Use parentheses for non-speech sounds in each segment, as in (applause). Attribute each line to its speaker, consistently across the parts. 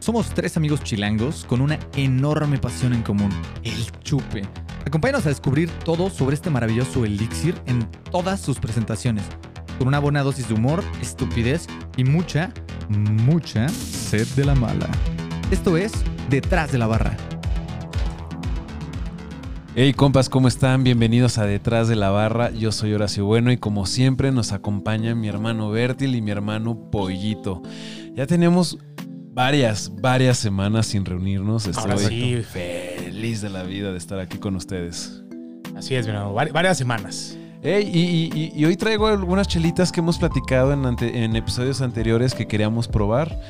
Speaker 1: Somos tres amigos chilangos con una enorme pasión en común, el chupe. Acompáñanos a descubrir todo sobre este maravilloso elixir en todas sus presentaciones, con una buena dosis de humor, estupidez y mucha, mucha sed de la mala. Esto es Detrás de la Barra.
Speaker 2: Hey compas, ¿cómo están? Bienvenidos a Detrás de la Barra. Yo soy Horacio Bueno y como siempre nos acompañan mi hermano Bertil y mi hermano Pollito. Ya tenemos varias, varias semanas sin reunirnos. Estoy
Speaker 3: Ahora sí,
Speaker 2: feliz de la vida de estar aquí con ustedes.
Speaker 3: así es, mi hermano. Vari- varias semanas.
Speaker 2: Hey, y, y- y- y hoy traigo algunas chelitas que hemos platicado en, ante- en episodios anteriores que queríamos probar.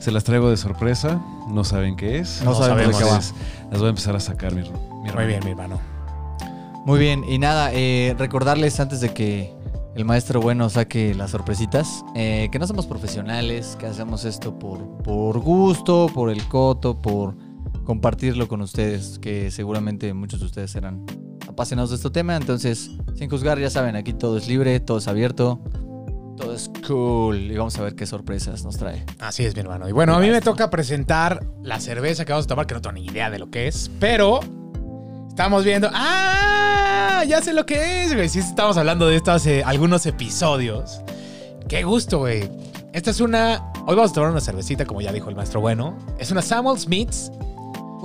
Speaker 2: Se las traigo de sorpresa, no saben qué es.
Speaker 3: No sabemos de qué
Speaker 2: Entonces, Las voy a empezar a sacar, mi, hermano.
Speaker 3: Muy bien, mi hermano.
Speaker 4: Muy bien, y nada, eh, recordarles antes de que el maestro bueno saque las sorpresitas, eh, que no somos profesionales, que hacemos esto por, por gusto, por el coto, por compartirlo con ustedes, que seguramente muchos de ustedes serán apasionados de este tema, entonces, sin juzgar, ya saben, aquí todo es libre, todo es abierto, todo es cool, y vamos a ver qué sorpresas nos trae.
Speaker 3: Así es, mi hermano. Y bueno, a mí me toca presentar la cerveza que vamos a tomar, que no tengo ni idea de lo que es, pero estamos viendo. ¡Ah! Ya sé lo que es, güey. Sí, estamos hablando de esto hace algunos episodios. ¡Qué gusto, güey! Esta es una. Hoy vamos a tomar una cervecita, como ya dijo el maestro bueno. Es una Samuel Smith's.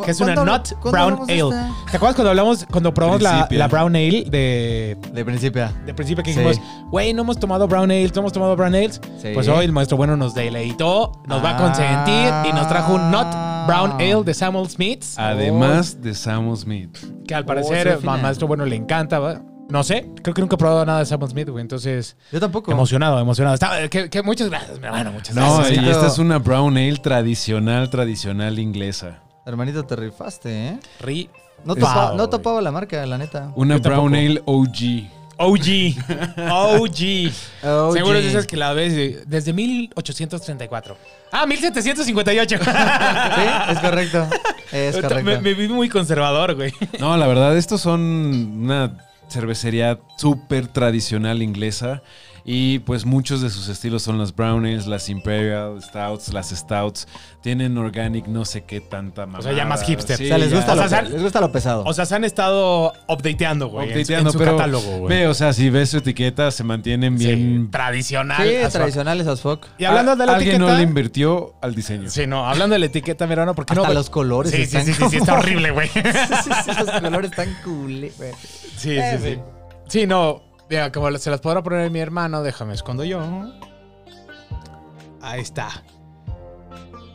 Speaker 3: Que es una
Speaker 4: ¿Cuándo-
Speaker 3: Not
Speaker 4: cuándo
Speaker 3: Brown
Speaker 4: hablamos de
Speaker 3: Ale.
Speaker 4: esta?
Speaker 3: ¿Te acuerdas cuando hablamos, cuando probamos la,
Speaker 2: Principia.
Speaker 3: la Brown Ale de,
Speaker 4: De principio.
Speaker 3: de principio que
Speaker 4: Sí.
Speaker 3: dijimos, güey, no hemos tomado brown ale, no hemos tomado brown ale.
Speaker 4: Sí.
Speaker 3: Pues hoy el maestro bueno nos deleitó, nos va a consentir y nos trajo un not brown ale de Samuel Smith,
Speaker 2: Ah. Además de Sam Smith.
Speaker 3: que al
Speaker 4: Oh,
Speaker 3: parecer
Speaker 4: sí, fina.
Speaker 3: al maestro bueno le encanta. ¿va? No sé, creo que nunca he probado nada de Samuel Smith, güey. Entonces,
Speaker 4: Yo tampoco.
Speaker 3: emocionado, emocionado. Está- eh, que- que muchas gracias, mi hermano, muchas
Speaker 2: No,
Speaker 3: gracias.
Speaker 2: y
Speaker 4: claro.
Speaker 2: esta es una brown ale tradicional, tradicional inglesa.
Speaker 4: Hermanito, te rifaste, ¿eh?
Speaker 3: Ri-
Speaker 4: No,
Speaker 3: Wow,
Speaker 4: topa- no
Speaker 3: güey.
Speaker 4: topaba la marca, la neta.
Speaker 2: Una
Speaker 3: Yo tampoco.
Speaker 2: brown ale OG.
Speaker 3: OG. OG.
Speaker 4: Oh,
Speaker 3: Seguro
Speaker 4: yeah.
Speaker 3: dices que la ves de- desde 1834. Ah, 1758.
Speaker 4: Sí, es correcto.
Speaker 3: (laughs)
Speaker 4: Es
Speaker 3: me,
Speaker 4: correcto.
Speaker 3: me vi muy conservador, güey.
Speaker 2: No, la verdad, estos son una cervecería súper tradicional inglesa. Y pues muchos de sus estilos son las brown ales, las imperial stouts, las stouts. Tienen organic no sé qué tanta mamada.
Speaker 3: sea, ya más hipster.
Speaker 2: Sí,
Speaker 4: O sea, les
Speaker 2: ya.
Speaker 4: gusta,
Speaker 3: O sea,
Speaker 4: lo,
Speaker 3: sal-
Speaker 4: les gusta lo pesado.
Speaker 3: O sea, se han estado updateando, güey. en su-
Speaker 2: Updateando,
Speaker 3: en su
Speaker 2: pero
Speaker 3: catálogo, güey.
Speaker 2: Ve, o sea, si ves su etiqueta, se mantienen
Speaker 3: Sí,
Speaker 2: bien.
Speaker 3: tradicional.
Speaker 4: sí,
Speaker 3: as fuck.
Speaker 4: tradicionales as fuck.
Speaker 3: Y hablando de la
Speaker 2: Alguien
Speaker 3: etiqueta.
Speaker 2: no le invirtió al diseño.
Speaker 3: sí, no, hablando de la etiqueta, mira, Ah, no, porque
Speaker 4: Hasta
Speaker 3: no. güey?
Speaker 4: los colores
Speaker 3: Sí, sí,
Speaker 4: están
Speaker 3: sí, sí, sí, está
Speaker 4: como-
Speaker 3: horrible, (laughs) güey. Sí,
Speaker 4: (laughs) Sí, sí, los colores tan cool. güey.
Speaker 3: sí,
Speaker 4: Eh,
Speaker 3: sí.
Speaker 4: güey.
Speaker 3: Sí, no. Mira, como se las podrá poner mi hermano, déjame escondo yo. Ahí está.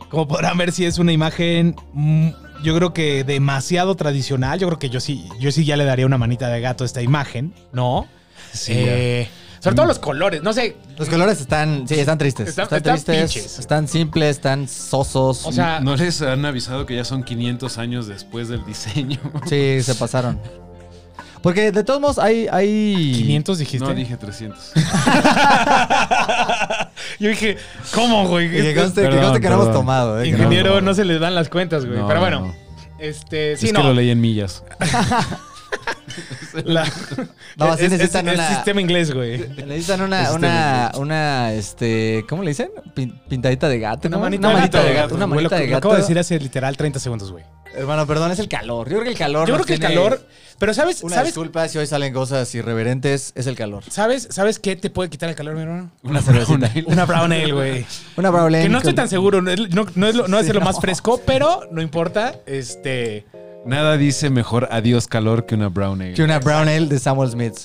Speaker 3: Como podrán ver, sí es una imagen, mm, yo creo que demasiado tradicional. Yo creo que yo sí, yo sí ya le daría una manita de gato a esta imagen, ¿no?
Speaker 2: Sí,
Speaker 3: Eh, sobre
Speaker 4: Mm.
Speaker 3: todo los colores, no sé.
Speaker 4: Los colores están, sí, están tristes.
Speaker 3: Están-
Speaker 4: Están,
Speaker 3: están
Speaker 4: tristes,
Speaker 3: pinches.
Speaker 4: están simples, están sosos.
Speaker 3: O sea,
Speaker 2: (laughs) ¿No les han avisado que ya son 500 años después
Speaker 4: (laughs)
Speaker 2: del diseño?
Speaker 4: sí, se pasaron. Porque de todos modos hay... hay...
Speaker 3: 500 dijiste.
Speaker 2: No, dije 300.
Speaker 3: Yo dije, ¿cómo, güey?
Speaker 4: Y que conste, que
Speaker 2: Perdón,
Speaker 4: conste que no hemos
Speaker 2: perdón.
Speaker 4: tomado. eh, que no hemos
Speaker 3: Ingeniero,
Speaker 4: tomado.
Speaker 3: no se les dan las cuentas, güey.
Speaker 2: No,
Speaker 3: Pero bueno,
Speaker 2: no.
Speaker 3: este, sí,
Speaker 2: es
Speaker 3: no.
Speaker 2: que lo leí en millas.
Speaker 3: (laughs) La-
Speaker 4: (laughs) No, sí
Speaker 3: es, es-
Speaker 4: necesitan
Speaker 3: es
Speaker 4: una-
Speaker 3: sistema inglés, güey.
Speaker 4: Necesitan una,
Speaker 2: Existe
Speaker 4: una, una, este, ¿cómo le dicen? Pin- pintadita de gato. ¿cómo? Una
Speaker 3: güey, lo-
Speaker 4: manita de
Speaker 3: Lo
Speaker 4: gato.
Speaker 3: acabo de decir hace literal 30 segundos, güey.
Speaker 4: Hermano, perdón, es el calor. Yo creo que el calor.
Speaker 3: Yo creo
Speaker 4: nos
Speaker 3: que el
Speaker 4: tiene-
Speaker 3: calor. Pero ¿sabes,
Speaker 4: Una
Speaker 3: sabes,
Speaker 4: disculpa si hoy salen cosas irreverentes, es el calor.
Speaker 3: sabes, ¿sabes qué te puede quitar el calor, mi hermano?
Speaker 2: Una
Speaker 4: cervecita.
Speaker 3: (laughs) Una brown ale, güey.
Speaker 4: (laughs) Una bravo
Speaker 3: que no estoy tan seguro. No, es- no- no es, lo, no es
Speaker 4: Sí,
Speaker 3: lo más
Speaker 4: no.
Speaker 3: fresco, pero no importa. Este.
Speaker 2: Nada dice mejor adiós calor que una brown ale.
Speaker 4: Que una brown ale de Samuel Smith.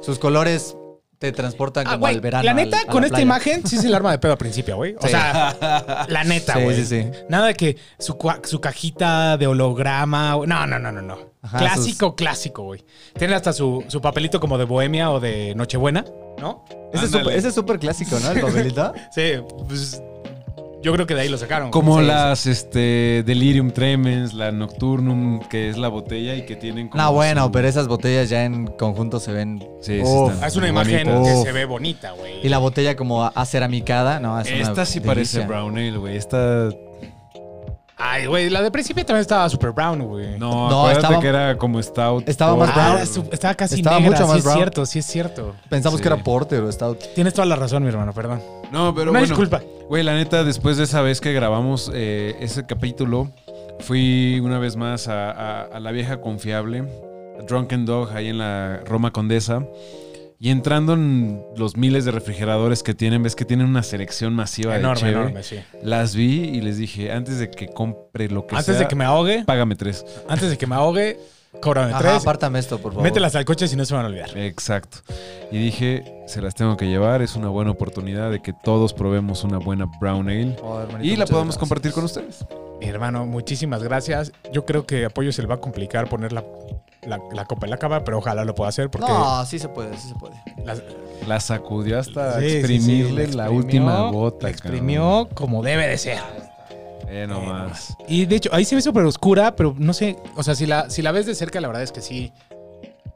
Speaker 4: Sus colores te transportan
Speaker 3: Ah,
Speaker 4: como
Speaker 3: güey,
Speaker 4: al verano.
Speaker 3: la
Speaker 4: al-
Speaker 3: neta,
Speaker 4: a la
Speaker 3: con esta
Speaker 4: playa.
Speaker 3: imagen sí es el arma de pedo al principio, güey. O
Speaker 4: Sí.
Speaker 3: sea, la
Speaker 4: (laughs)
Speaker 3: neta,
Speaker 4: Sí,
Speaker 3: güey.
Speaker 4: sí, sí.
Speaker 3: Nada de que su, cua- su cajita de holograma. o- No, no, no, no, no.
Speaker 4: Ajá,
Speaker 3: clásico, clásico, güey. Tiene hasta su, su papelito como de Bohemia o de Nochebuena, ¿no?
Speaker 4: Ese es
Speaker 2: Ándale.
Speaker 4: súper- ese es súper clásico,
Speaker 3: (laughs)
Speaker 4: ¿no? El papelito.
Speaker 3: Sí, pues yo creo que de ahí lo sacaron. güey.
Speaker 2: Como
Speaker 3: Sí,
Speaker 2: las este Delirium Tremens, la Nocturnum, que es la botella y que tienen como
Speaker 4: No, bueno,
Speaker 2: su-
Speaker 4: pero esas botellas ya en conjunto se ven.
Speaker 2: Sí, sí
Speaker 4: Uf.
Speaker 2: están.
Speaker 3: sí. Es una imagen
Speaker 2: Bonita.
Speaker 3: que
Speaker 4: Uf.
Speaker 3: se ve bonita, güey.
Speaker 4: Y la botella como aceramicada, no, es una
Speaker 2: Esta sí parece
Speaker 4: delicia.
Speaker 2: brown ale, güey. Esta
Speaker 3: Ay, güey, la de principio también estaba super brown, güey.
Speaker 2: no,
Speaker 4: No,
Speaker 2: acuérdate
Speaker 4: estaba-
Speaker 2: que era como stout.
Speaker 4: estaba más
Speaker 2: porter.
Speaker 3: Ah,
Speaker 4: brown.
Speaker 3: su- estaba casi
Speaker 4: Estaba
Speaker 3: negra,
Speaker 4: mucho
Speaker 3: sí
Speaker 4: más
Speaker 3: es
Speaker 4: brown.
Speaker 3: cierto, sí es cierto.
Speaker 4: Pensamos
Speaker 2: Sí.
Speaker 4: que era porter o stout.
Speaker 3: Tienes toda la razón, mi hermano, perdón.
Speaker 2: No, pero
Speaker 3: Una
Speaker 2: bueno.
Speaker 3: disculpa.
Speaker 2: Güey, la neta, después de esa vez que grabamos eh, ese capítulo, fui una vez más a, a- a la vieja confiable, a Drunken Dog, ahí en la Roma Condesa. Y entrando en los miles de refrigeradores que tienen, ves que tienen una selección masiva
Speaker 3: Enorme,
Speaker 2: de cheve.
Speaker 3: enorme, sí.
Speaker 2: Las vi y les dije, antes de que compre lo que
Speaker 3: Antes
Speaker 2: sea,
Speaker 3: de que me ahogue,
Speaker 2: págame tres.
Speaker 3: antes de que me ahogue, cóbrame
Speaker 4: Ajá,
Speaker 3: tres.
Speaker 4: apártame esto, por favor.
Speaker 3: Mételas al coche si no se van a olvidar.
Speaker 2: Exacto. Y dije, se las tengo que llevar, es una buena oportunidad de que todos probemos una buena brown ale
Speaker 4: Joder, hermanito,
Speaker 2: y la
Speaker 4: muchas
Speaker 2: podamos
Speaker 4: gracias.
Speaker 2: compartir con ustedes.
Speaker 3: Mi hermano, muchísimas gracias. Yo creo que apoyo se le va a complicar poner la, la, la copa en la cava, pero ojalá lo pueda hacer porque
Speaker 4: No, sí se puede, sí se puede.
Speaker 3: las-
Speaker 2: La sacudió hasta
Speaker 3: Sí, sí, sí,
Speaker 2: exprimirle
Speaker 3: le
Speaker 2: la
Speaker 3: exprimió,
Speaker 2: última gota.
Speaker 3: la exprimió como debe de ser.
Speaker 2: cabrón. Eh, no más.
Speaker 3: Y de hecho, ahí se ve súper oscura, pero no sé. O sea, si la, si la ves de cerca, la verdad es que sí.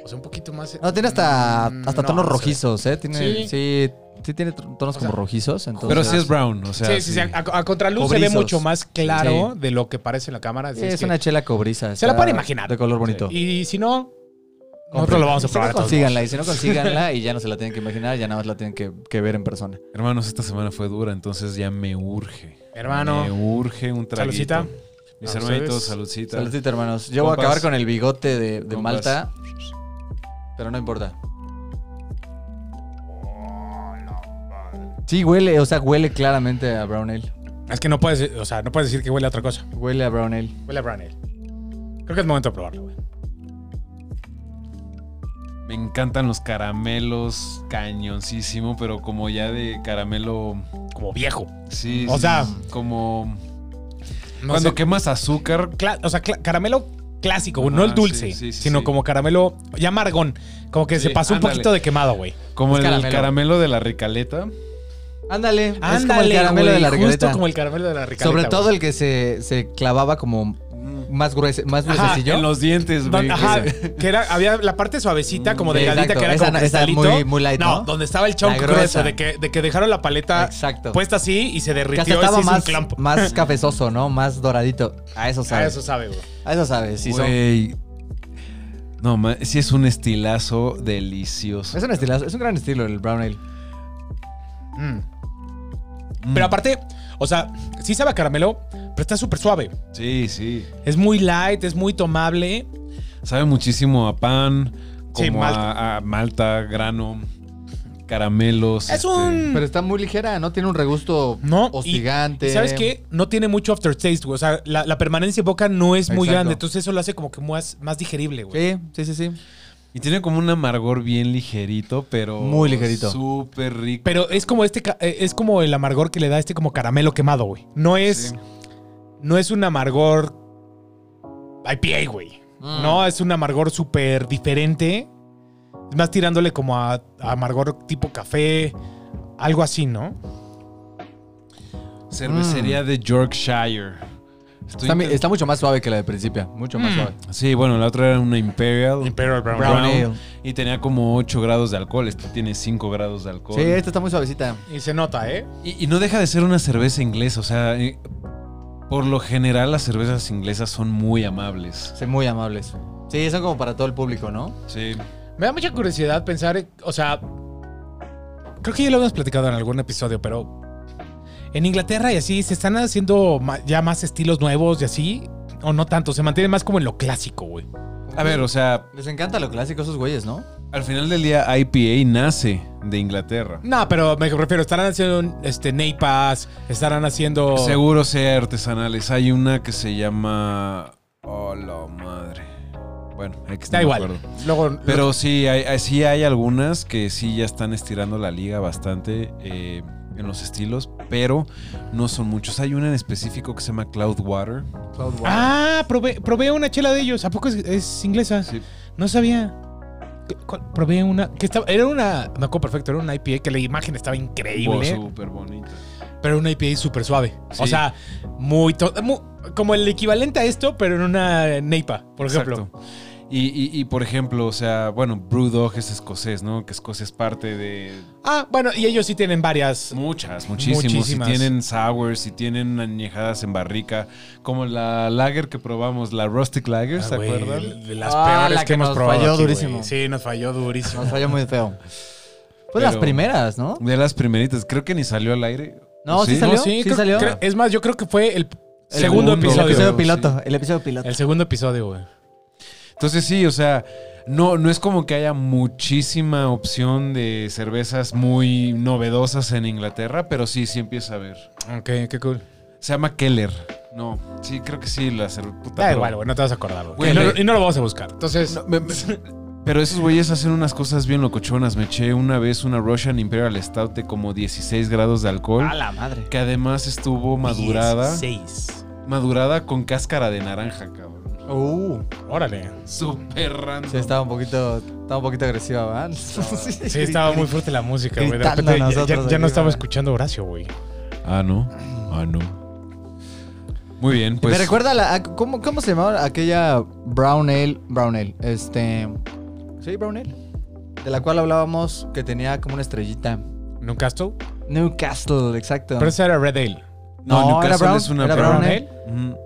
Speaker 3: O sea, un poquito más.
Speaker 4: No, tiene hasta,
Speaker 3: Mm,
Speaker 4: hasta
Speaker 3: no,
Speaker 4: tonos
Speaker 3: no se ve.
Speaker 4: rojizos, ¿eh? Tiene,
Speaker 3: Sí.
Speaker 4: sí. sí, tiene tr- tonos
Speaker 3: O sea,
Speaker 4: como rojizos, entonces...
Speaker 2: Pero sí es brown, o sea.
Speaker 3: sí, sí, sí, A, a contraluz se ve
Speaker 4: Cobrizos.
Speaker 3: mucho más claro de lo que parece en la cámara. así
Speaker 4: Sí, es
Speaker 3: que-
Speaker 4: una chela cobriza.
Speaker 3: Se la
Speaker 4: está
Speaker 3: pueden imaginar.
Speaker 4: De color bonito.
Speaker 3: Y si no, nosotros
Speaker 4: Compren.
Speaker 3: lo vamos a
Speaker 4: Y si no,
Speaker 3: probar. de todos
Speaker 4: consíganla. Y si no consíganla y ya no se la tienen que imaginar, ya nada más la tienen que, que ver en persona.
Speaker 2: Hermanos, esta semana fue dura, entonces ya me urge.
Speaker 3: modos. Hermano,
Speaker 2: Me urge un traguito.
Speaker 3: saludcita.
Speaker 2: Mis
Speaker 3: A
Speaker 2: hermanitos,
Speaker 3: ustedes.
Speaker 2: saludcita.
Speaker 4: Saludcita, hermanos. Yo voy
Speaker 2: Compas.
Speaker 4: a acabar con el bigote de, de
Speaker 2: Compas.
Speaker 4: Malta, pero no importa. Sí, huele, o sea, huele claramente a brown ale.
Speaker 3: Es que no puedes, o sea, no puedes decir que huele a otra cosa.
Speaker 4: Huele a brown ale.
Speaker 3: Huele a brown ale. Creo que es momento de probarlo, güey.
Speaker 2: Me encantan los caramelos, cañoncísimo, pero como ya de caramelo.
Speaker 3: Como viejo.
Speaker 2: Sí.
Speaker 3: O
Speaker 2: sí,
Speaker 3: sea,
Speaker 2: como.
Speaker 3: No
Speaker 2: cuando
Speaker 3: sé,
Speaker 2: quemas azúcar.
Speaker 3: cla- o sea, cla- caramelo clásico, güey, no
Speaker 4: Ah,
Speaker 2: Ajá,
Speaker 3: el dulce,
Speaker 2: sí, sí, sí,
Speaker 3: sino
Speaker 2: sí.
Speaker 3: como caramelo ya amargón. Como que
Speaker 2: Sí,
Speaker 3: se pasó un
Speaker 2: ándale.
Speaker 3: poquito de quemado, güey.
Speaker 2: Como
Speaker 4: Es
Speaker 2: el
Speaker 4: caramelo.
Speaker 2: caramelo de la ricaleta.
Speaker 4: Ándale, es como el
Speaker 3: Ándale,
Speaker 4: caramelo
Speaker 3: güey,
Speaker 4: de la
Speaker 3: Justo
Speaker 4: regaleta.
Speaker 3: como el caramelo de la ricaleta.
Speaker 4: Sobre todo
Speaker 3: güey.
Speaker 4: el que se, se clavaba como más grueso, más
Speaker 3: Ajá,
Speaker 4: gruesecillo.
Speaker 2: En los dientes, güey.
Speaker 3: Don- ajá,
Speaker 2: que se-
Speaker 3: que era, había la parte suavecita, como
Speaker 4: Sí,
Speaker 3: delgadita,
Speaker 4: exacto.
Speaker 3: que era
Speaker 4: Esa
Speaker 3: como
Speaker 4: no- esa
Speaker 3: cristalito.
Speaker 4: muy- muy light,
Speaker 3: no,
Speaker 4: ¿no?
Speaker 3: donde estaba el chonco
Speaker 4: La
Speaker 3: grueso,
Speaker 4: gruesa.
Speaker 3: de que, de que dejaron la paleta
Speaker 4: Exacto.
Speaker 3: puesta así y se
Speaker 4: que hasta
Speaker 3: derritió y se
Speaker 4: estaba
Speaker 3: hizo un
Speaker 4: más,
Speaker 3: clampo.
Speaker 4: más cafezoso, ¿no? Más doradito. A eso
Speaker 3: Ah,
Speaker 4: sabes.
Speaker 3: eso sabe, güey.
Speaker 4: A eso sabes, sí. son-
Speaker 2: Güey. No, ma- sí es un estilazo delicioso.
Speaker 4: Es un estilazo, es un gran estilo el brown ale.
Speaker 3: Mm.
Speaker 2: Mm.
Speaker 3: Pero aparte, o sea, sí sabe a caramelo, pero está súper suave.
Speaker 2: Sí, sí.
Speaker 3: Es muy light, es muy tomable.
Speaker 2: Sabe muchísimo a pan, como
Speaker 3: Sí, malta.
Speaker 2: A, a malta, grano, caramelos.
Speaker 3: Es
Speaker 2: este,
Speaker 3: un.
Speaker 4: Pero este está muy ligera, no tiene un regusto
Speaker 3: No, y-
Speaker 4: hostigante.
Speaker 3: ¿Y ¿Sabes qué? No tiene mucho aftertaste, güey. O sea, la, la permanencia en boca no es muy
Speaker 4: Exacto.
Speaker 3: grande. Entonces eso lo hace como que más, más digerible, güey.
Speaker 4: Sí, sí, sí, sí.
Speaker 2: Y tiene como un amargor bien ligerito, pero.
Speaker 4: Muy ligerito.
Speaker 2: Súper rico.
Speaker 3: Pero es como este ca- eh, es como el amargor que le da este como caramelo quemado, güey. No es,
Speaker 2: Sí.
Speaker 3: no es un amargor IPA, güey.
Speaker 4: Mm.
Speaker 3: No, es un amargor súper diferente. Es más tirándole como a, a amargor tipo café, algo así, ¿no?
Speaker 2: Cervecería
Speaker 3: Mm.
Speaker 2: de Yorkshire. Estoy
Speaker 4: Está, mi-
Speaker 2: inten-
Speaker 4: está mucho más suave que la de principio, mucho
Speaker 3: Mm.
Speaker 4: más suave.
Speaker 2: Sí, bueno, la otra era una Imperial.
Speaker 3: Imperial Brown.
Speaker 4: Brown ale.
Speaker 2: Y tenía como 8 grados de alcohol. Esta tiene 5 grados de alcohol.
Speaker 4: Sí, esta está muy suavecita.
Speaker 3: Y se nota, ¿eh?
Speaker 2: Y, y no deja de ser una cerveza inglesa, o sea, eh, por lo general las cervezas inglesas son muy amables.
Speaker 4: Son muy amables. Sí, son como para todo el público, ¿no?
Speaker 2: Sí.
Speaker 3: Me da mucha curiosidad pensar, o sea, creo que ya lo habíamos platicado en algún episodio, pero en Inglaterra y así se están haciendo ma- ya más estilos nuevos y así, o no tanto, se mantiene más como en lo clásico, güey.
Speaker 2: A ver, o sea,
Speaker 4: Les encanta lo clásico a esos güeyes, ¿no?
Speaker 2: al final del día IPA nace de Inglaterra.
Speaker 3: No, pero me refiero, estarán haciendo este neipas, estarán haciendo
Speaker 2: Seguro sea artesanales. Hay una que se llama... Oh, la madre. Bueno, hay que
Speaker 3: da igual. Luego
Speaker 2: Pero sí hay, hay- sí hay algunas que sí ya están estirando la liga bastante eh, en los estilos, pero no son muchos. Hay una en específico que se llama Cloud Water.
Speaker 3: Ah, probé, probé una chela de ellos, a poco es, es inglesa?
Speaker 2: Sí.
Speaker 3: No sabía. ¿Qué- cuál? Probé una que estaba era una me acuerdo perfecto, era una IPA E que la imagen estaba increíble.
Speaker 2: Súper bonita.
Speaker 3: pero una IPA súper suave. O
Speaker 2: Sí.
Speaker 3: sea, muy, to- mu- como el equivalente a esto, pero en una neipa, por ejemplo.
Speaker 2: Exacto. Y, y- y, por ejemplo, o sea, bueno, Brewdog es escocés, ¿no? Que Escocia es parte de
Speaker 3: Ah, bueno, y ellos sí tienen varias.
Speaker 2: muchas, muchísimos.
Speaker 3: Muchísimas.
Speaker 2: Y tienen sours, y tienen añejadas en barrica, como la lager que probamos, la Rustic Lager, ¿se
Speaker 3: Ah, güey,
Speaker 2: acuerdan?
Speaker 3: De las
Speaker 4: Ah,
Speaker 3: peores
Speaker 4: la
Speaker 3: que,
Speaker 4: que
Speaker 3: hemos
Speaker 4: nos
Speaker 3: probado.
Speaker 4: falló
Speaker 3: aquí, güey.
Speaker 4: durísimo.
Speaker 3: Sí, nos falló durísimo.
Speaker 4: Nos falló muy feo. Pues las
Speaker 2: Pero-
Speaker 4: primeras, ¿no?
Speaker 2: De las primeritas, creo que ni salió al aire.
Speaker 4: No, sí,
Speaker 2: Sí.
Speaker 4: salió.
Speaker 3: No,
Speaker 4: sí,
Speaker 3: creo-
Speaker 4: salió.
Speaker 3: creo- es más, yo creo que fue el
Speaker 2: El segundo,
Speaker 3: segundo
Speaker 4: El
Speaker 3: episodio.
Speaker 4: episodio
Speaker 3: güey.
Speaker 4: piloto. El episodio piloto.
Speaker 3: El segundo episodio, güey.
Speaker 2: Entonces sí, o sea, no, no es como que haya muchísima opción de cervezas muy novedosas en Inglaterra, pero sí, sí empieza a haber.
Speaker 3: Ok, qué cool.
Speaker 2: Se llama Keller. No, sí, creo que sí, la cerveza.
Speaker 3: Da igual, güey, no te vas a acordar, güey.
Speaker 2: Güey,
Speaker 3: Y no-
Speaker 2: le-
Speaker 3: y no lo vamos a buscar. Entonces,
Speaker 2: Pero esos güeyes hacen unas cosas bien locochonas. Me eché una vez una Russian Imperial Stout de como 16 grados de alcohol.
Speaker 4: A la madre.
Speaker 2: Que además estuvo madurada.
Speaker 3: 16.
Speaker 2: Madurada con cáscara de naranja, cabrón.
Speaker 4: Uh,
Speaker 3: Órale.
Speaker 2: Súper random.
Speaker 4: sí, estaba un poquito, estaba un poquito agresiva, ¿verdad?
Speaker 3: Sí, estaba muy fuerte la música, güey. De
Speaker 4: Gritando
Speaker 3: repente ya- ya,
Speaker 4: nosotros
Speaker 3: ya
Speaker 4: aquí,
Speaker 3: no estaba
Speaker 4: güey.
Speaker 3: escuchando a Horacio, güey.
Speaker 2: Ah, no. Ah, no. Muy bien, pues.
Speaker 4: Me recuerda la, a- ¿cómo, ¿Cómo se llamaba aquella Brown Ale? Brown Ale. Este. ¿Sí, Brown Ale? De la cual hablábamos que tenía como una estrellita.
Speaker 3: ¿Newcastle?
Speaker 4: Newcastle, exacto.
Speaker 3: Pero esa era Red Ale.
Speaker 2: No,
Speaker 4: No,
Speaker 2: Newcastle
Speaker 4: era Brown,
Speaker 2: es una
Speaker 4: era
Speaker 2: pero-
Speaker 4: Brown
Speaker 3: ¿Brown ¿eh?
Speaker 4: Ale.
Speaker 2: Ujú.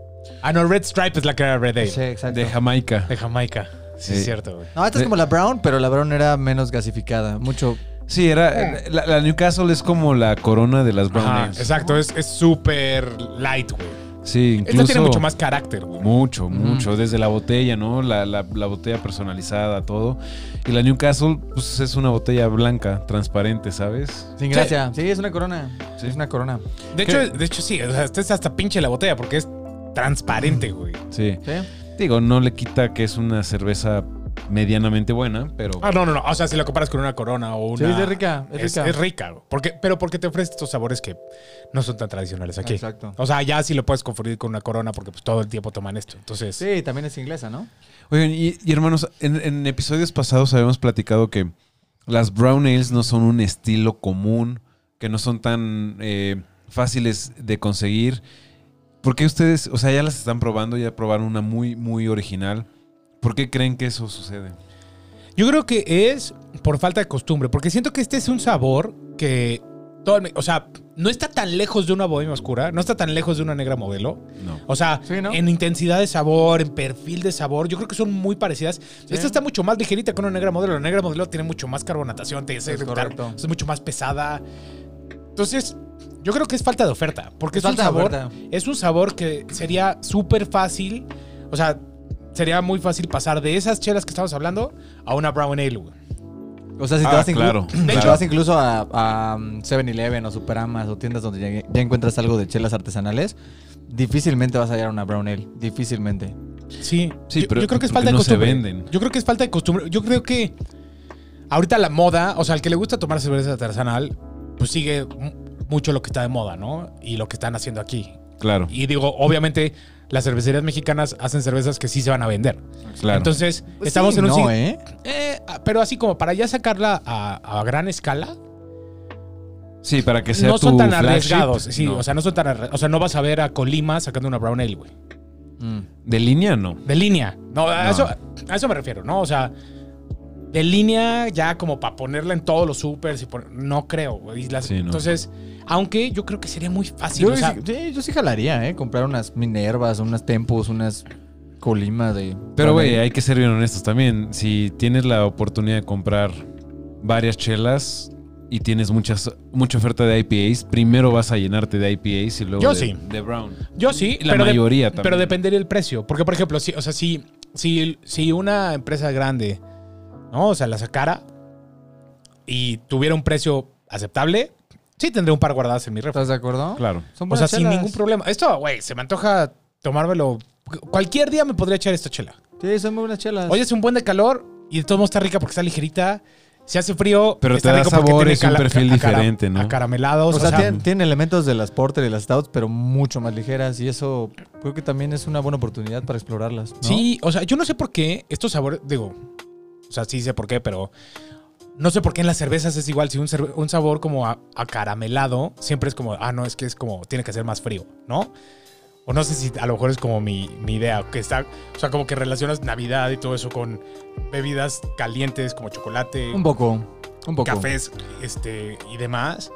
Speaker 3: Ah, no, Red Stripe es la que era Red Ale.
Speaker 4: Sí, exacto.
Speaker 2: De Jamaica.
Speaker 3: De Jamaica.
Speaker 2: Sí.
Speaker 3: Sí, es cierto, güey.
Speaker 4: No, esta es
Speaker 2: De-
Speaker 4: como la Brown, pero la Brown era menos gasificada. Mucho.
Speaker 2: Sí, era. La, la Newcastle es como la corona de las Brown
Speaker 3: Ajá,
Speaker 2: Ales.
Speaker 3: exacto, es es súper light, güey.
Speaker 2: Sí, incluso.
Speaker 3: Esta tiene mucho más carácter, güey.
Speaker 2: Mucho,
Speaker 4: Ujú.
Speaker 2: mucho. Desde la botella, ¿no? La, la- la botella personalizada, todo. Y la Newcastle, pues es una botella blanca, transparente, ¿sabes?
Speaker 4: Sin gracia. Sí, es una corona.
Speaker 2: Sí.
Speaker 4: Es una corona.
Speaker 3: De hecho, de hecho sí, o sea, esta es hasta pinche la botella porque es
Speaker 4: Mm.
Speaker 3: transparente, güey.
Speaker 2: Sí.
Speaker 4: Sí.
Speaker 2: Digo, no le quita que es una cerveza medianamente buena, pero.
Speaker 3: Ah, no, no, no. O sea, si la comparas con una corona o
Speaker 4: Sí,
Speaker 3: una.
Speaker 4: es rica. Es,
Speaker 3: Es,
Speaker 4: rica.
Speaker 3: es rica, güey. Porque, pero porque te ofrece estos sabores que no son tan tradicionales aquí.
Speaker 4: Exacto.
Speaker 3: O sea, ya sí lo puedes confundir con una corona porque pues todo el tiempo toman esto. Entonces,
Speaker 4: Sí, también es inglesa, ¿no?
Speaker 2: Oigan, y, y hermanos, en, en episodios pasados habíamos platicado que las brown ales no son un estilo común, que no son tan eh, fáciles de conseguir. ¿Por qué ustedes, o sea, ya las están probando, ya probaron una muy, muy original? ¿Por qué creen que eso sucede?
Speaker 3: yo creo que es por falta de costumbre, porque siento que este es un sabor que todo el- o sea, no está tan lejos de una bohemia oscura, no está tan lejos de una negra modelo.
Speaker 2: No.
Speaker 3: O sea,
Speaker 4: Sí, ¿no?
Speaker 3: en intensidad de sabor, en perfil de sabor, yo creo que son muy parecidas. Esta está mucho más ligerita que una negra modelo. La negra modelo tiene mucho más carbonatación, te hace
Speaker 4: Es
Speaker 3: eructar,
Speaker 4: correcto.
Speaker 3: es mucho más pesada. Entonces, yo creo que es falta de oferta, porque es,
Speaker 4: Falta
Speaker 3: un
Speaker 4: de
Speaker 3: sabor,
Speaker 4: oferta.
Speaker 3: es un sabor que sería súper fácil, o sea, sería muy fácil pasar de esas chelas que estamos hablando a una brown ale. güey.
Speaker 4: O sea, si te
Speaker 2: Ah,
Speaker 4: vas inclu-
Speaker 2: claro,
Speaker 4: (clears throat) si te
Speaker 2: claro.
Speaker 4: vas incluso a, a, um, 7-Eleven o Superamas o tiendas donde ya, ya encuentras algo de chelas artesanales, difícilmente vas a hallar una brown ale. Difícilmente.
Speaker 3: Sí,
Speaker 2: Sí,
Speaker 3: yo,
Speaker 2: pero
Speaker 3: yo creo que es
Speaker 2: porque
Speaker 3: falta de
Speaker 2: no se
Speaker 3: costumbre.
Speaker 2: venden.
Speaker 3: Yo creo que es falta de costumbre. Yo creo que ahorita la moda, o sea, al que le gusta tomar cerveza artesanal, pues sigue mu- mucho lo que está de moda, ¿no? Y lo que están haciendo aquí.
Speaker 2: Claro,
Speaker 3: Y digo, obviamente, las cervecerías mexicanas hacen cervezas que sí se van a vender.
Speaker 2: claro.
Speaker 3: Entonces, estamos en un
Speaker 4: No,
Speaker 3: sig-
Speaker 4: ¿eh?
Speaker 3: Eh, ah, pero así como para ya sacarla a, a gran escala,
Speaker 2: sí, para que sea
Speaker 3: no son
Speaker 2: tu
Speaker 3: tan
Speaker 2: flagship,
Speaker 3: arriesgados. Sí,
Speaker 2: no.
Speaker 3: o sea, no son tan arre- O sea, no vas a ver a Colima sacando una brown ale, güey.
Speaker 4: Mm.
Speaker 2: de línea no.
Speaker 3: De línea. No, a,
Speaker 2: No.
Speaker 3: Eso, a eso me refiero, ¿no? O sea, de línea ya como para ponerla en todos los supers. Y pon- no creo. güey. Y las-
Speaker 2: Sí, no.
Speaker 3: Entonces, aunque yo creo que sería muy fácil.
Speaker 4: yo,
Speaker 3: o
Speaker 4: creo
Speaker 3: sea,
Speaker 4: que sí, sí, yo sí jalaría, ¿eh? Comprar unas Minervas, unas Tempos, unas Colimas de...
Speaker 2: Pero, güey,
Speaker 4: brown ale.
Speaker 2: hay que ser bien honestos también. Si tienes la oportunidad de comprar varias chelas y tienes muchas, mucha oferta de IPAs, primero vas a llenarte de IPAs y luego
Speaker 3: Yo
Speaker 2: de,
Speaker 3: sí.
Speaker 2: de Brown.
Speaker 3: Yo sí,
Speaker 2: La
Speaker 3: pero de-
Speaker 2: mayoría también.
Speaker 3: Pero dependería el precio. Porque, por ejemplo, si, o sea, si, si, si una empresa grande, ¿no? O sea, la sacara y tuviera un precio aceptable, sí tendría un par guardadas en mi refri.
Speaker 4: ¿Estás de acuerdo?
Speaker 2: Claro.
Speaker 4: Son
Speaker 3: O sea,
Speaker 4: buenas
Speaker 3: sin
Speaker 4: chelas.
Speaker 3: ningún problema. Esto, güey, se me antoja tomármelo. Cualquier día me podría echar esta chela.
Speaker 4: Sí, son muy buenas chelas.
Speaker 3: Hoy es un buen de calor y de todos modos está rica porque está ligerita. Si hace frío,
Speaker 2: Pero te
Speaker 3: está
Speaker 2: da
Speaker 3: rico porque
Speaker 2: sabor,
Speaker 3: tiene
Speaker 2: es un
Speaker 3: cala-
Speaker 2: perfil
Speaker 3: a cara-
Speaker 2: diferente, ¿no?
Speaker 3: Acaramelados.
Speaker 4: o sea,
Speaker 3: tiene-
Speaker 4: tienen, tienen elementos de las Porter y las Stouts, pero mucho más ligeras. Y eso creo que también es una buena oportunidad para explorarlas. ¿no?
Speaker 3: Sí, o sea, yo no sé por qué estos sabores, digo, o sea, sí sé por qué, pero no sé por qué en las cervezas es igual. Si un, cerve- un sabor como a- acaramelado siempre es como, ah, no, es que es como, tiene que ser más frío, ¿no? O no sé si a lo mejor es como mi, mi idea, que está, o sea, como que relacionas Navidad y todo eso con bebidas calientes como chocolate,
Speaker 4: Un poco. Un poco.
Speaker 3: cafés este, y demás,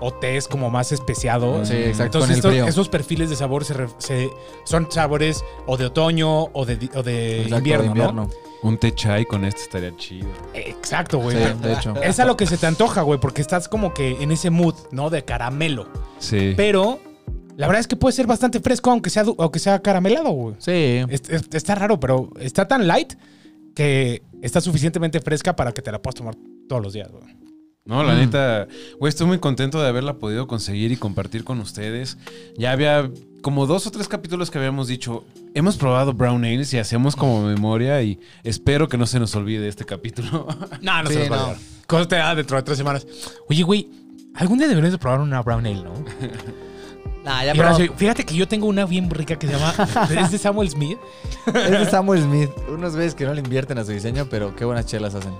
Speaker 3: o tés como más especiados.
Speaker 4: Sí, exacto.
Speaker 3: Entonces,
Speaker 4: con el
Speaker 3: estos-
Speaker 4: frío.
Speaker 3: esos perfiles de sabor se, re- se- son sabores o de otoño o de, di- o de
Speaker 4: Exacto,
Speaker 3: invierno,
Speaker 4: de
Speaker 3: ¿no?
Speaker 2: Un té chai con este estaría chido.
Speaker 3: Exacto, güey.
Speaker 4: Sí, de
Speaker 3: pero- (laughs)
Speaker 4: hecho.
Speaker 3: Es a lo que se te antoja, güey, porque estás como que en ese mood, ¿no? De caramelo.
Speaker 2: Sí.
Speaker 3: Pero la verdad es que puede ser bastante fresco, aunque sea, du- aunque sea caramelado, güey.
Speaker 4: Sí.
Speaker 3: Es- es- está raro, pero está tan light que está suficientemente fresca para que te la puedas tomar todos los días, güey.
Speaker 2: No, la
Speaker 4: Mm.
Speaker 2: neta, güey, estoy muy contento de haberla podido conseguir y compartir con ustedes. Ya había como dos o tres capítulos que habíamos dicho, hemos probado Brown Ales y hacemos como memoria y espero que no se nos olvide este capítulo. (laughs)
Speaker 3: No, no
Speaker 4: Sí,
Speaker 3: se los va a
Speaker 4: no.
Speaker 3: olvidar. Cosa te da dentro de tres semanas. Oye, güey, algún día deberías de probar una brown ale, ¿no?
Speaker 4: Nah, ya
Speaker 3: Y ahora
Speaker 4: probamos. (laughs)
Speaker 3: sí, fíjate que yo tengo una bien rica que se llama... es de Samuel Smith.
Speaker 4: Es de Samuel Smith. Unos güeyes que no le invierten a su diseño, pero qué buenas chelas hacen.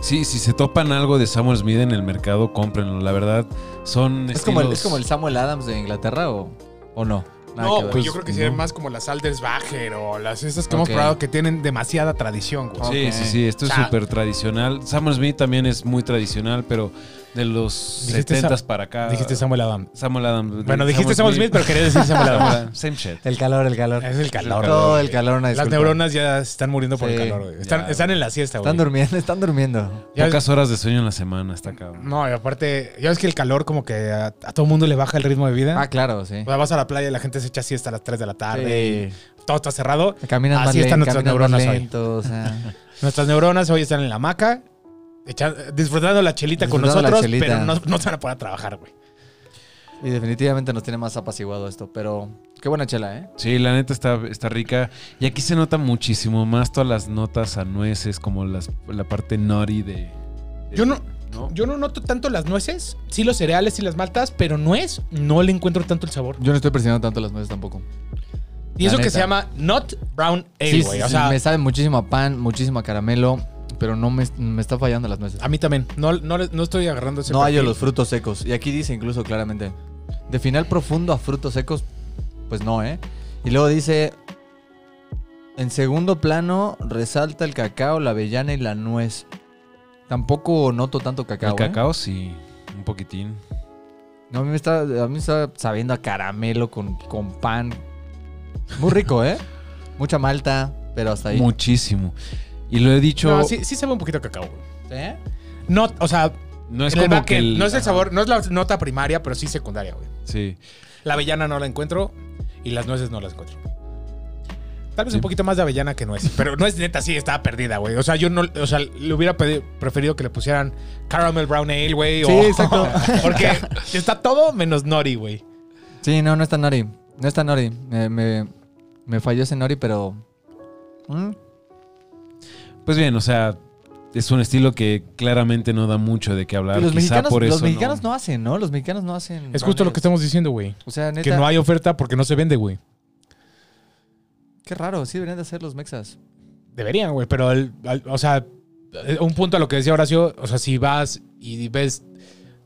Speaker 2: sí, si se topan algo de Samuel Smith en el mercado, cómprenlo. La verdad, son
Speaker 4: ¿Es como, el,
Speaker 2: estilos-
Speaker 4: ¿Es como el Samuel Adams de Inglaterra o, o no? Nada que
Speaker 3: No,
Speaker 4: ver.
Speaker 3: pues yo creo que sería más como las Aldersbacher o las esas que hemos
Speaker 4: Ok.
Speaker 3: probado que tienen demasiada tradición, güey.
Speaker 2: Sí,
Speaker 4: Ok.
Speaker 2: sí, sí, esto
Speaker 3: O sea-
Speaker 2: es súper tradicional. Samuel Smith también es muy tradicional, pero de los
Speaker 3: Dijiste
Speaker 2: 70
Speaker 3: Sa-
Speaker 2: para acá.
Speaker 3: Dijiste Samuel Adams.
Speaker 2: Samuel Adams.
Speaker 3: Bueno, dijiste Samuel Smith, pero quería
Speaker 2: (laughs)
Speaker 3: decir Samuel Adams.
Speaker 2: Adam, Same shit.
Speaker 4: El calor, el calor.
Speaker 3: Es el calor.
Speaker 4: Todo el calor, una
Speaker 3: Las
Speaker 4: disculpa.
Speaker 3: neuronas ya se están muriendo por el
Speaker 4: Sí,
Speaker 3: calor, güey. Están,
Speaker 2: ya,
Speaker 3: están en la siesta, güey.
Speaker 4: Están durmiendo, están durmiendo.
Speaker 3: Ya-
Speaker 2: Pocas horas de sueño en la semana, está cabrón.
Speaker 3: No, y aparte, ya ves que el calor como que a, a todo mundo le baja el ritmo de vida.
Speaker 4: Ah, claro, sí.
Speaker 3: O sea, vas a la playa y la gente se echa siesta a las 3 de la tarde.
Speaker 4: Sí.
Speaker 3: y Todo está cerrado.
Speaker 4: Caminan
Speaker 3: Así
Speaker 4: más
Speaker 3: están
Speaker 4: lento,
Speaker 3: nuestras
Speaker 4: caminan más
Speaker 3: neuronas hoy.
Speaker 4: lento, o sea.
Speaker 3: Nuestras neuronas hoy están en la hamaca, echa- disfrutando la chelita con
Speaker 4: Disfrutando la
Speaker 3: nosotros,
Speaker 4: chelita.
Speaker 3: pero no, no se van a poder trabajar, güey.
Speaker 4: Y definitivamente nos tiene más apaciguado esto, pero qué buena chela, ¿eh?
Speaker 2: Sí, la neta está, está rica. Y aquí se nota muchísimo más todas las notas a nueces, como las, la parte nori de, de-
Speaker 3: Yo no- Yo no noto tanto las nueces, sí los cereales y las maltas, pero nuez no le encuentro tanto el sabor.
Speaker 4: Yo no estoy presionando tanto las nueces tampoco.
Speaker 3: Y
Speaker 4: La
Speaker 3: eso que
Speaker 4: neta.
Speaker 3: se llama Not Brown Ale,
Speaker 4: sí,
Speaker 3: güey.
Speaker 4: sí,
Speaker 3: o
Speaker 4: sí,
Speaker 3: sea,
Speaker 4: me sabe muchísimo a pan, muchísimo a caramelo, pero no me, me está fallando las nueces.
Speaker 3: a mí también. No, no, le- no estoy agarrando ese
Speaker 4: No hallo
Speaker 3: perfil.
Speaker 4: los frutos secos. Y aquí dice incluso claramente, de final profundo a frutos secos, pues no, ¿eh? Y luego dice, en segundo plano resalta el cacao, la avellana y la nuez. Tampoco noto tanto cacao.
Speaker 2: El
Speaker 4: ¿eh?
Speaker 2: cacao, sí, un poquitín.
Speaker 4: No, a mí me está, a mí me está sabiendo a caramelo con, con pan. Muy rico, ¿eh? Mucha malta, pero hasta ahí.
Speaker 2: Muchísimo. Y lo he dicho.
Speaker 3: No,
Speaker 2: No,
Speaker 3: sí, sí se ve un poquito a cacao, güey.
Speaker 4: ¿Eh?
Speaker 3: No, o sea,
Speaker 2: es
Speaker 3: en el
Speaker 2: como
Speaker 3: backend,
Speaker 2: que. el-
Speaker 3: no es el sabor, no es la nota primaria, pero sí secundaria, güey.
Speaker 2: Sí.
Speaker 3: La avellana no la encuentro y las nueces no las encuentro. Tal vez
Speaker 2: Sí.
Speaker 3: un poquito más de avellana que nuez, pero no es neta, sí, estaba perdida, güey. O sea, yo no, o sea, le hubiera pedi- preferido que le pusieran caramel brown ale, güey.
Speaker 4: Sí,
Speaker 3: o-
Speaker 4: exacto.
Speaker 3: (laughs) Porque está todo menos nori, güey.
Speaker 4: Sí, no, no está Nori. No está Nori. Me, me, me falló ese Nori, pero. mm,
Speaker 2: Pues bien, o sea, es un estilo que claramente no da mucho de qué hablar.
Speaker 4: los
Speaker 2: Quizá
Speaker 4: mexicanos,
Speaker 2: por eso.
Speaker 4: los mexicanos no. hacen, ¿no? Los mexicanos no hacen.
Speaker 3: Es justo lo que
Speaker 4: brownies.
Speaker 3: estamos diciendo, güey.
Speaker 4: O sea, neta.
Speaker 3: Que no hay oferta porque no se vende, güey.
Speaker 4: Qué raro, sí deberían de hacer los mexas.
Speaker 3: Deberían, güey, pero, el- al- o sea, eh, un punto a lo que decía Horacio, o sea, si vas y ves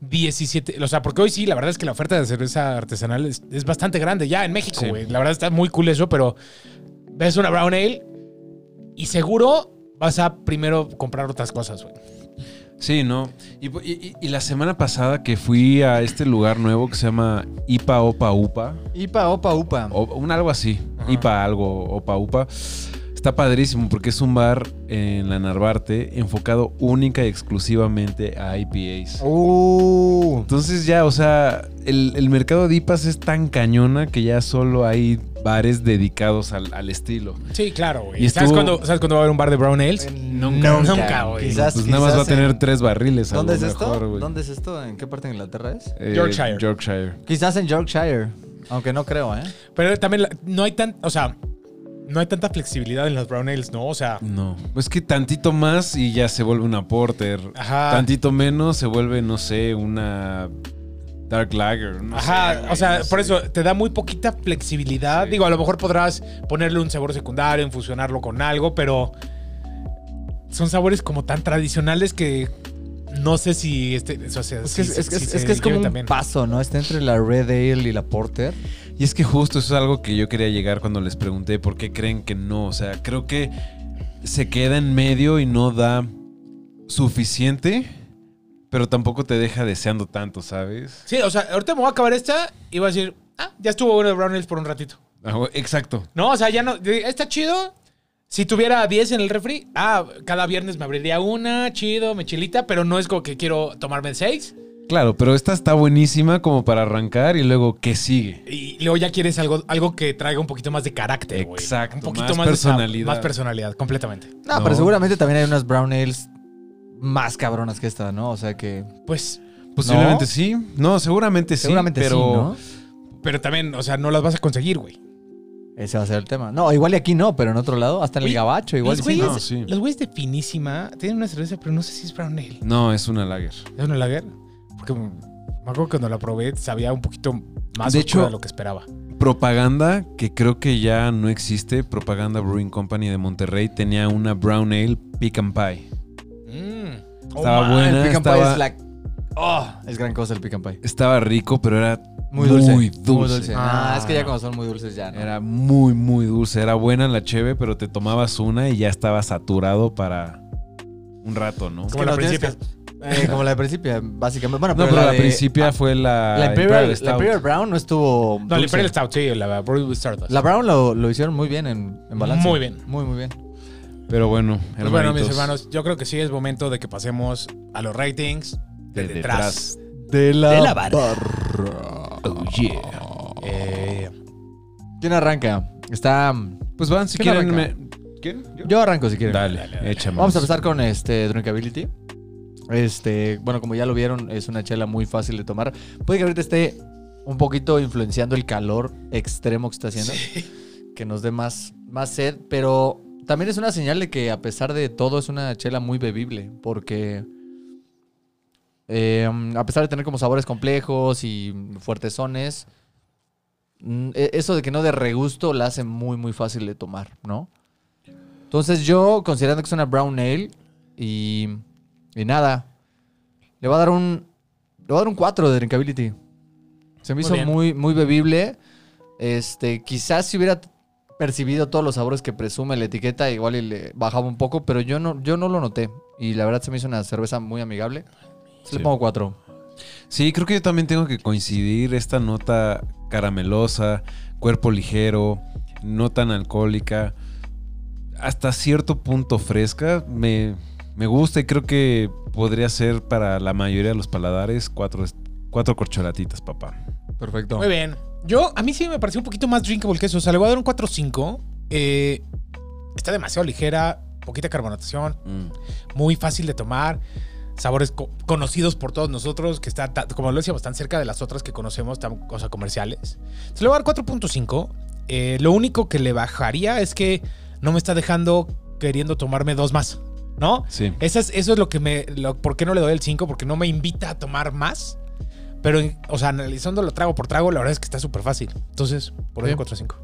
Speaker 3: 17, o sea, porque hoy sí, la verdad es que la oferta de cerveza artesanal es, es bastante grande ya en México,
Speaker 2: Sí.
Speaker 3: güey. La verdad está muy cool eso, pero ves una brown ale y seguro vas a primero comprar otras cosas, güey.
Speaker 2: Sí, no. Y, y- y- y la semana pasada que fui a este lugar nuevo que se llama Ipa Opa Upa.
Speaker 4: Ipa, opa, upa.
Speaker 2: O, un algo así.
Speaker 3: Ajá.
Speaker 2: IPA algo, OPA, UPA. Está padrísimo porque es un bar en la Narvarte enfocado única y exclusivamente a IPAs.
Speaker 4: Oh. Uh,
Speaker 2: Entonces ya, o sea, el, el mercado de IPAs es tan cañona que ya solo hay bares dedicados al, al estilo.
Speaker 3: Sí, claro, güey.
Speaker 2: Y
Speaker 3: ¿Sabes,
Speaker 2: estuvo-
Speaker 3: cuándo- ¿Sabes cuándo va a haber un bar de brown ales?
Speaker 2: Nunca,
Speaker 3: nunca, güey.
Speaker 4: Quizás,
Speaker 2: Pues nada más va a
Speaker 4: quizás en-
Speaker 2: tener tres barriles. a
Speaker 4: ¿Dónde es
Speaker 2: lo
Speaker 4: esto?
Speaker 2: mejor, güey.
Speaker 4: ¿Dónde es esto? ¿En qué parte de Inglaterra es?
Speaker 2: Eh,
Speaker 3: Yorkshire.
Speaker 2: Yorkshire.
Speaker 4: Quizás en Yorkshire. Aunque no creo, ¿eh?
Speaker 3: Pero también la- no hay tan, o sea, no hay tanta flexibilidad en las brown ales, ¿no? O sea,
Speaker 2: No. Es que tantito más y ya se vuelve una porter.
Speaker 3: ajá.
Speaker 2: Tantito menos se vuelve, no sé, una Dark Lager. no sé,
Speaker 3: Ajá,
Speaker 2: güey,
Speaker 3: o sea,
Speaker 2: no
Speaker 3: por
Speaker 2: sé.
Speaker 3: eso te da muy poquita flexibilidad.
Speaker 2: Sí.
Speaker 3: Digo, a lo mejor podrás ponerle un sabor secundario, infusionarlo con algo, pero son sabores como tan tradicionales que no sé si este, o sea,
Speaker 4: Es
Speaker 3: si-
Speaker 4: que es, es que
Speaker 3: si
Speaker 4: es-
Speaker 3: se
Speaker 4: es que es como
Speaker 3: lleven
Speaker 4: un
Speaker 3: también.
Speaker 4: paso, ¿no? Está entre la Red Ale y la Porter.
Speaker 2: Y es que justo eso es algo que yo quería llegar cuando les pregunté por qué creen que no. O sea, creo que se queda en medio y no da suficiente, pero tampoco te deja deseando tanto, ¿sabes?
Speaker 3: Sí, o sea, ahorita me voy a acabar esta y voy a decir, ah, ya estuvo bueno el Brownells por un ratito.
Speaker 2: Ah, güey, Exacto.
Speaker 3: No, o sea, ya no, de- está chido. Si tuviera 10 en el refri, ah, cada viernes me abriría una, chido, me chilita, pero no es como que quiero tomarme 6
Speaker 2: Claro, pero esta está buenísima como para arrancar y luego, ¿qué sigue?
Speaker 3: y luego ya quieres algo, algo que traiga un poquito más de carácter, güey.
Speaker 2: Exacto,
Speaker 3: Un poquito
Speaker 2: más
Speaker 3: más, de sab-
Speaker 2: personalidad.
Speaker 3: más personalidad, completamente.
Speaker 4: No,
Speaker 2: No.
Speaker 4: pero seguramente también hay unas brown ales más cabronas que esta, ¿no? O sea que.
Speaker 3: Pues,
Speaker 2: Posiblemente sí. No, seguramente sí.
Speaker 4: seguramente
Speaker 2: pero...
Speaker 4: sí,
Speaker 3: pero también, o sea, no las vas a conseguir, güey.
Speaker 4: ¿no? Ese va a ser el tema. No, igual y aquí no, pero en otro lado, hasta en el
Speaker 3: Oye,
Speaker 4: gabacho, igual.
Speaker 3: los,
Speaker 4: y
Speaker 3: güeyes,
Speaker 4: sí, ¿no?
Speaker 2: no, sí.
Speaker 3: los güeyes de finísima tienen una cerveza, pero no sé si es brown ale.
Speaker 2: No, es una lager.
Speaker 3: ¿Es una lager? Porque me me acuerdo que cuando la probé sabía un poquito más
Speaker 2: De
Speaker 3: de
Speaker 2: hecho-
Speaker 3: de lo que esperaba.
Speaker 2: Propaganda, que creo que ya no existe, Propaganda Brewing Company de Monterrey tenía una brown ale pick and pie. Estaba
Speaker 3: man.
Speaker 2: buena.
Speaker 4: Ah, El pick and pie
Speaker 2: Estaba-
Speaker 4: es la. Oh, es gran cosa el pick and pie.
Speaker 2: Estaba rico, pero era
Speaker 4: Muy dulce.
Speaker 2: Muy dulce.
Speaker 4: Ah,
Speaker 3: Ah,
Speaker 4: es que ya
Speaker 3: no.
Speaker 4: cuando son muy dulces ya. ¿no?
Speaker 2: Era muy, muy dulce. Era buena la cheve, pero te tomabas una y ya estaba saturado para un rato, ¿no?
Speaker 3: Como
Speaker 4: que
Speaker 3: la
Speaker 4: no tienes
Speaker 3: principia.
Speaker 4: que- (laughs) eh, como la de principia, básicamente. Bueno,
Speaker 2: No, pero
Speaker 4: la,
Speaker 2: la
Speaker 4: de- ah,
Speaker 2: principia fue la,
Speaker 4: La Imperial,
Speaker 2: Stout.
Speaker 4: la Imperial Brown no estuvo.
Speaker 3: No, el
Speaker 4: dulce.
Speaker 3: Imperial Stout, sí, la Brew with Stardust.
Speaker 4: La Brown lo, lo hicieron muy bien en, en balance.
Speaker 3: Muy bien.
Speaker 4: Muy, muy bien.
Speaker 2: Pero bueno,
Speaker 3: Pues bueno, mis
Speaker 2: hermanitos,
Speaker 3: hermanos, yo creo que sí es momento de que pasemos a los ratings de,
Speaker 2: de
Speaker 3: detrás.
Speaker 2: detrás.
Speaker 4: De la,
Speaker 3: De la barra.
Speaker 2: Oh, yeah.
Speaker 3: Eh,
Speaker 4: ¿Quién arranca? Está.
Speaker 2: Pues van, si
Speaker 4: ¿Quién
Speaker 2: quieren.
Speaker 4: arranca?
Speaker 2: me- ¿Quién? ¿Yo?
Speaker 4: Yo arranco si quieren.
Speaker 2: Dale,
Speaker 3: Dale, dale.
Speaker 2: échame.
Speaker 4: Vamos a empezar con este Drinkability. Este, bueno, como ya lo vieron, es una chela muy fácil de tomar. Puede que ahorita esté un poquito influenciando el calor extremo que está haciendo, que nos dé más, más sed, pero también es una señal de que a pesar de todo es una chela muy bebible, porque eh, a pesar de tener como sabores complejos y fuertesones, mm, e- eso de que no de regusto la hace muy, muy fácil de tomar, ¿no? Entonces yo, considerando que es una brown ale y, y nada, le voy a dar un le voy a dar un 4 de drinkability. Se me
Speaker 3: Muy
Speaker 4: hizo
Speaker 3: bien.
Speaker 4: muy, muy bebible. Este, quizás si hubiera percibido todos los sabores que presume la etiqueta, igual y le bajaba un poco, pero yo no, yo no lo noté. Y la verdad se me hizo una cerveza muy amigable. Se
Speaker 2: Sí.
Speaker 4: Le pongo 4.
Speaker 2: Sí, creo que yo también tengo que coincidir esta nota caramelosa, cuerpo ligero, no tan alcohólica, hasta cierto punto fresca. Me, me gusta y creo que podría ser para la mayoría de los paladares cuatro, cuatro corcholatitas, papá.
Speaker 4: Perfecto.
Speaker 3: muy bien. Yo, a mí sí me pareció un poquito más drinkable que eso. O sea, le voy a dar un 4-5. Eh, está demasiado ligera, poquita carbonatación,
Speaker 2: Mm.
Speaker 3: muy fácil de tomar. Sabores co- conocidos por todos nosotros, que está, ta- como lo decíamos, tan cerca de las otras que conocemos, tan, o sea, comerciales. Se le va a dar 4.5. Eh, lo único que le bajaría es que no me está dejando queriendo tomarme dos más, ¿no?
Speaker 2: Sí.
Speaker 3: Eso es, eso es lo que me. lo- ¿Por qué no le doy el 5? Porque no me invita a tomar más. Pero, en- o sea, analizándolo trago por trago, la verdad es que está súper fácil. Entonces, por eso
Speaker 4: Bien.
Speaker 3: 4 5.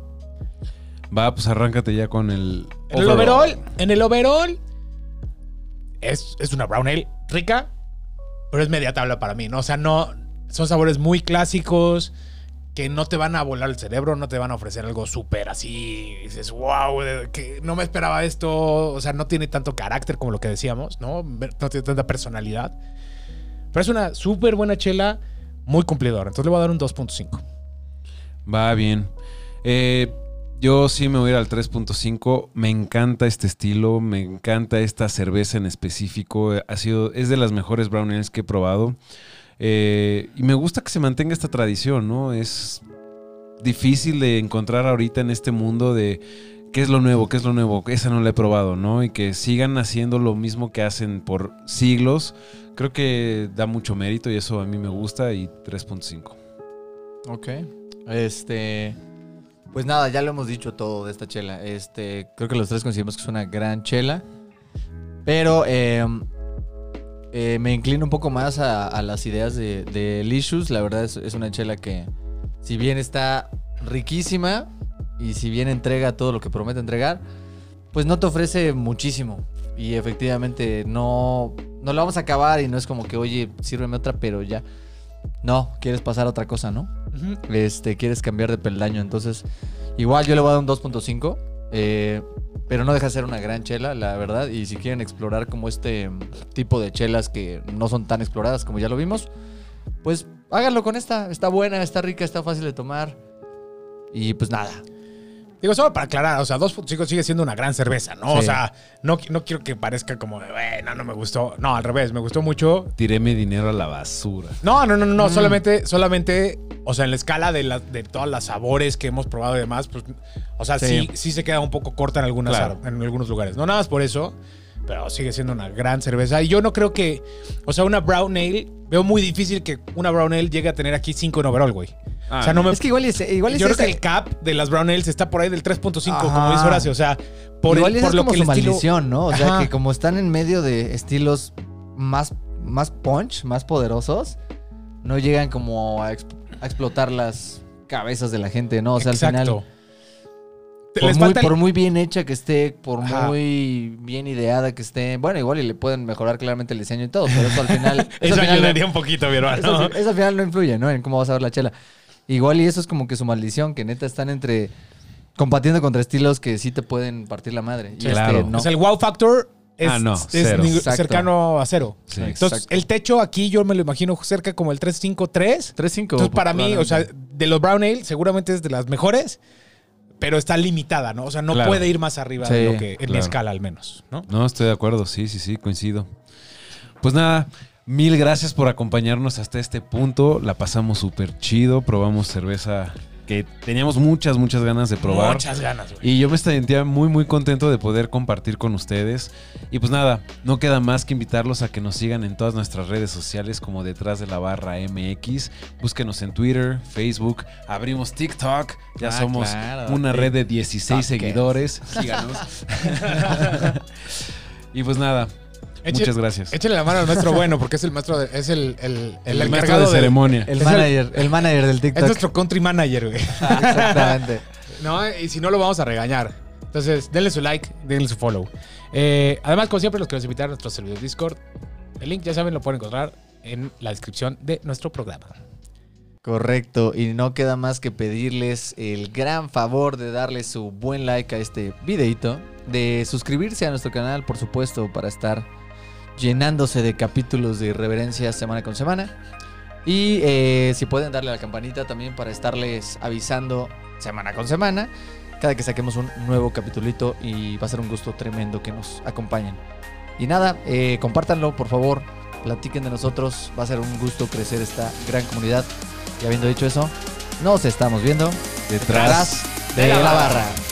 Speaker 2: Va, pues arráncate ya con el...
Speaker 3: En el overall, en el overall, es, es una brown ale rica, pero es media tabla para mí, ¿no? O sea, no, son sabores muy clásicos que no te van a volar el cerebro, no te van a ofrecer algo súper así, dices, wow, eh, que no me esperaba esto, o sea, no tiene tanto carácter como lo que decíamos, ¿no? No tiene tanta personalidad. Pero es una súper buena chela, muy cumplidora, entonces le voy a dar un 2.5.
Speaker 2: Va bien. Eh, yo sí me voy a ir al 3.5. Me encanta este estilo, me encanta esta cerveza en específico. Ha sido, es de las mejores brown ales que he probado. Eh, y me gusta que se mantenga esta tradición, ¿no? Es difícil de encontrar ahorita en este mundo de qué es lo nuevo, qué es lo nuevo. Esa no la he probado, ¿no? Y que sigan haciendo lo mismo que hacen por siglos. Creo que da mucho mérito y eso a mí me gusta y 3.5.
Speaker 4: Ok. Este. Pues nada, ya lo hemos dicho todo de esta chela. Este, creo que los tres coincidimos que es una gran chela. Pero eh, eh, me inclino un poco más a, a las ideas de, de Licious. La verdad es, es una chela que, si bien está riquísima y si bien entrega todo lo que promete entregar, pues no te ofrece muchísimo. Y efectivamente no, no la vamos a acabar y no es como que, oye, sírveme otra, pero ya. No, quieres pasar a otra cosa, ¿no? este, quieres cambiar de peldaño. Entonces, igual yo le voy a dar un 2.5. eh, pero no deja de ser una gran chela, la verdad. Y si quieren explorar como este mm, tipo de chelas que no son tan exploradas como ya lo vimos, pues háganlo con esta. Está buena, está rica, está fácil de tomar. Y pues nada.
Speaker 3: Digo, solo para aclarar, o sea, 2.5 sigue siendo una gran cerveza, ¿no? O
Speaker 4: Sí.
Speaker 3: sea, no, qui- no quiero que parezca como de, bueno, no me gustó. No, al revés, me gustó mucho.
Speaker 2: Tiré mi dinero a la basura.
Speaker 3: No, no, no,
Speaker 4: Mm.
Speaker 3: no, no, solamente, solamente, o sea, en la escala de, la- de todas las sabores que hemos probado y demás, pues, o sea, sí,
Speaker 4: Sí.
Speaker 3: sí se queda un poco corta en, algunas,
Speaker 2: Claro.
Speaker 3: en algunos lugares. No nada más por eso, pero sigue siendo una gran cerveza. Y yo no creo que, o sea, una brown ale, veo muy difícil que una brown ale llegue a tener aquí 5 en overall, güey. o sea, no me...
Speaker 4: Ah. Es que igual es, igual es
Speaker 3: yo creo que
Speaker 4: esa-
Speaker 3: el cap de las brown ales está por ahí del 3.5, como
Speaker 4: Ajá.
Speaker 3: dice Horacio, o sea, por,
Speaker 4: igual
Speaker 3: el-
Speaker 4: esa
Speaker 3: por
Speaker 4: es
Speaker 3: lo
Speaker 4: como
Speaker 3: que el
Speaker 4: su
Speaker 3: estilo...
Speaker 4: maldición, ¿no? O sea,
Speaker 3: Ajá.
Speaker 4: que como están en medio de estilos más, más punch, más poderosos, no llegan como a, exp- a explotar las cabezas de la gente, ¿no? O sea, al final,
Speaker 3: Exacto.
Speaker 4: por
Speaker 3: Les
Speaker 4: muy,
Speaker 3: falta el-
Speaker 4: por muy bien hecha que esté, por
Speaker 3: Ajá.
Speaker 4: muy bien ideada que esté, bueno, igual y le pueden mejorar claramente el diseño y todo, pero eso al
Speaker 3: (laughs)
Speaker 4: final... eso al
Speaker 3: Eso
Speaker 4: final no-
Speaker 3: ayudaría un poquito, mi hermano.
Speaker 4: eso, eso al final no influye, ¿no? En cómo vas a ver la chela. Igual y eso es como que su maldición, que neta están entre... Combatiendo contra estilos que sí te pueden partir la madre.
Speaker 2: Sí,
Speaker 4: este
Speaker 2: claro.
Speaker 4: no.
Speaker 3: O sea, el wow factor es,
Speaker 2: Ah, no,
Speaker 3: es
Speaker 2: cero.
Speaker 3: ni-
Speaker 4: Exacto.
Speaker 3: cercano a cero.
Speaker 2: Sí.
Speaker 3: Entonces, eh,
Speaker 4: Exacto.
Speaker 3: el techo aquí yo me lo imagino cerca como el 353.
Speaker 4: 3-5.
Speaker 3: Entonces, para mí, o sea,
Speaker 4: probablemente.
Speaker 3: de los Brown Ale seguramente es de las mejores, pero está limitada, ¿no? O sea, no
Speaker 2: Claro.
Speaker 3: puede ir más arriba
Speaker 4: Sí,
Speaker 3: de lo que en mi
Speaker 2: claro.
Speaker 3: escala al menos, ¿no?
Speaker 2: No, estoy de acuerdo, sí, sí, sí, coincido. Pues nada, mil gracias por acompañarnos hasta este punto. La pasamos súper chido, probamos cerveza que teníamos muchas, muchas ganas de probar.
Speaker 3: Muchas ganas, güey.
Speaker 2: Y yo me sentía muy, muy contento de poder compartir con ustedes. Y pues nada, no queda más que invitarlos a que nos sigan en todas nuestras redes sociales como detrás de la barra MX. Búsquenos en Twitter, Facebook, abrimos TikTok. Ya
Speaker 4: Ah,
Speaker 2: somos
Speaker 4: claro,
Speaker 2: una red de 16
Speaker 4: TikTokers.
Speaker 2: seguidores. Síganos. (laughs) y pues nada,
Speaker 3: Eche-
Speaker 2: muchas gracias.
Speaker 3: Échenle la mano al maestro bueno, porque es el maestro, de- es el, el, el
Speaker 2: maestro
Speaker 3: encargado
Speaker 2: de
Speaker 3: del-
Speaker 2: ceremonia.
Speaker 4: El manager, el manager
Speaker 3: (laughs)
Speaker 4: del
Speaker 3: Es
Speaker 4: TikTok.
Speaker 3: nuestro country manager, güey.
Speaker 4: Ah, Exactamente.
Speaker 3: (laughs) No, y si no lo vamos a regañar. Entonces, denle su like, denle su follow. Eh, además, como siempre, los queremos invitar a nuestro servidor Discord. El link, ya saben, lo pueden encontrar en la descripción de nuestro programa.
Speaker 4: Correcto. Y no queda más que pedirles el gran favor de darle su buen like a este videito. De suscribirse a nuestro canal, por supuesto, para estar llenándose de capítulos de irreverencia semana con semana. Y eh, si pueden darle a la campanita también para estarles avisando semana con semana. Cada que saquemos un nuevo capitulito y va a ser un gusto tremendo que nos acompañen. Y nada, eh, compártanlo por favor, platiquen de nosotros, va a ser un gusto crecer esta gran comunidad. Y habiendo dicho eso, nos estamos viendo
Speaker 2: Detrás
Speaker 4: de la barra.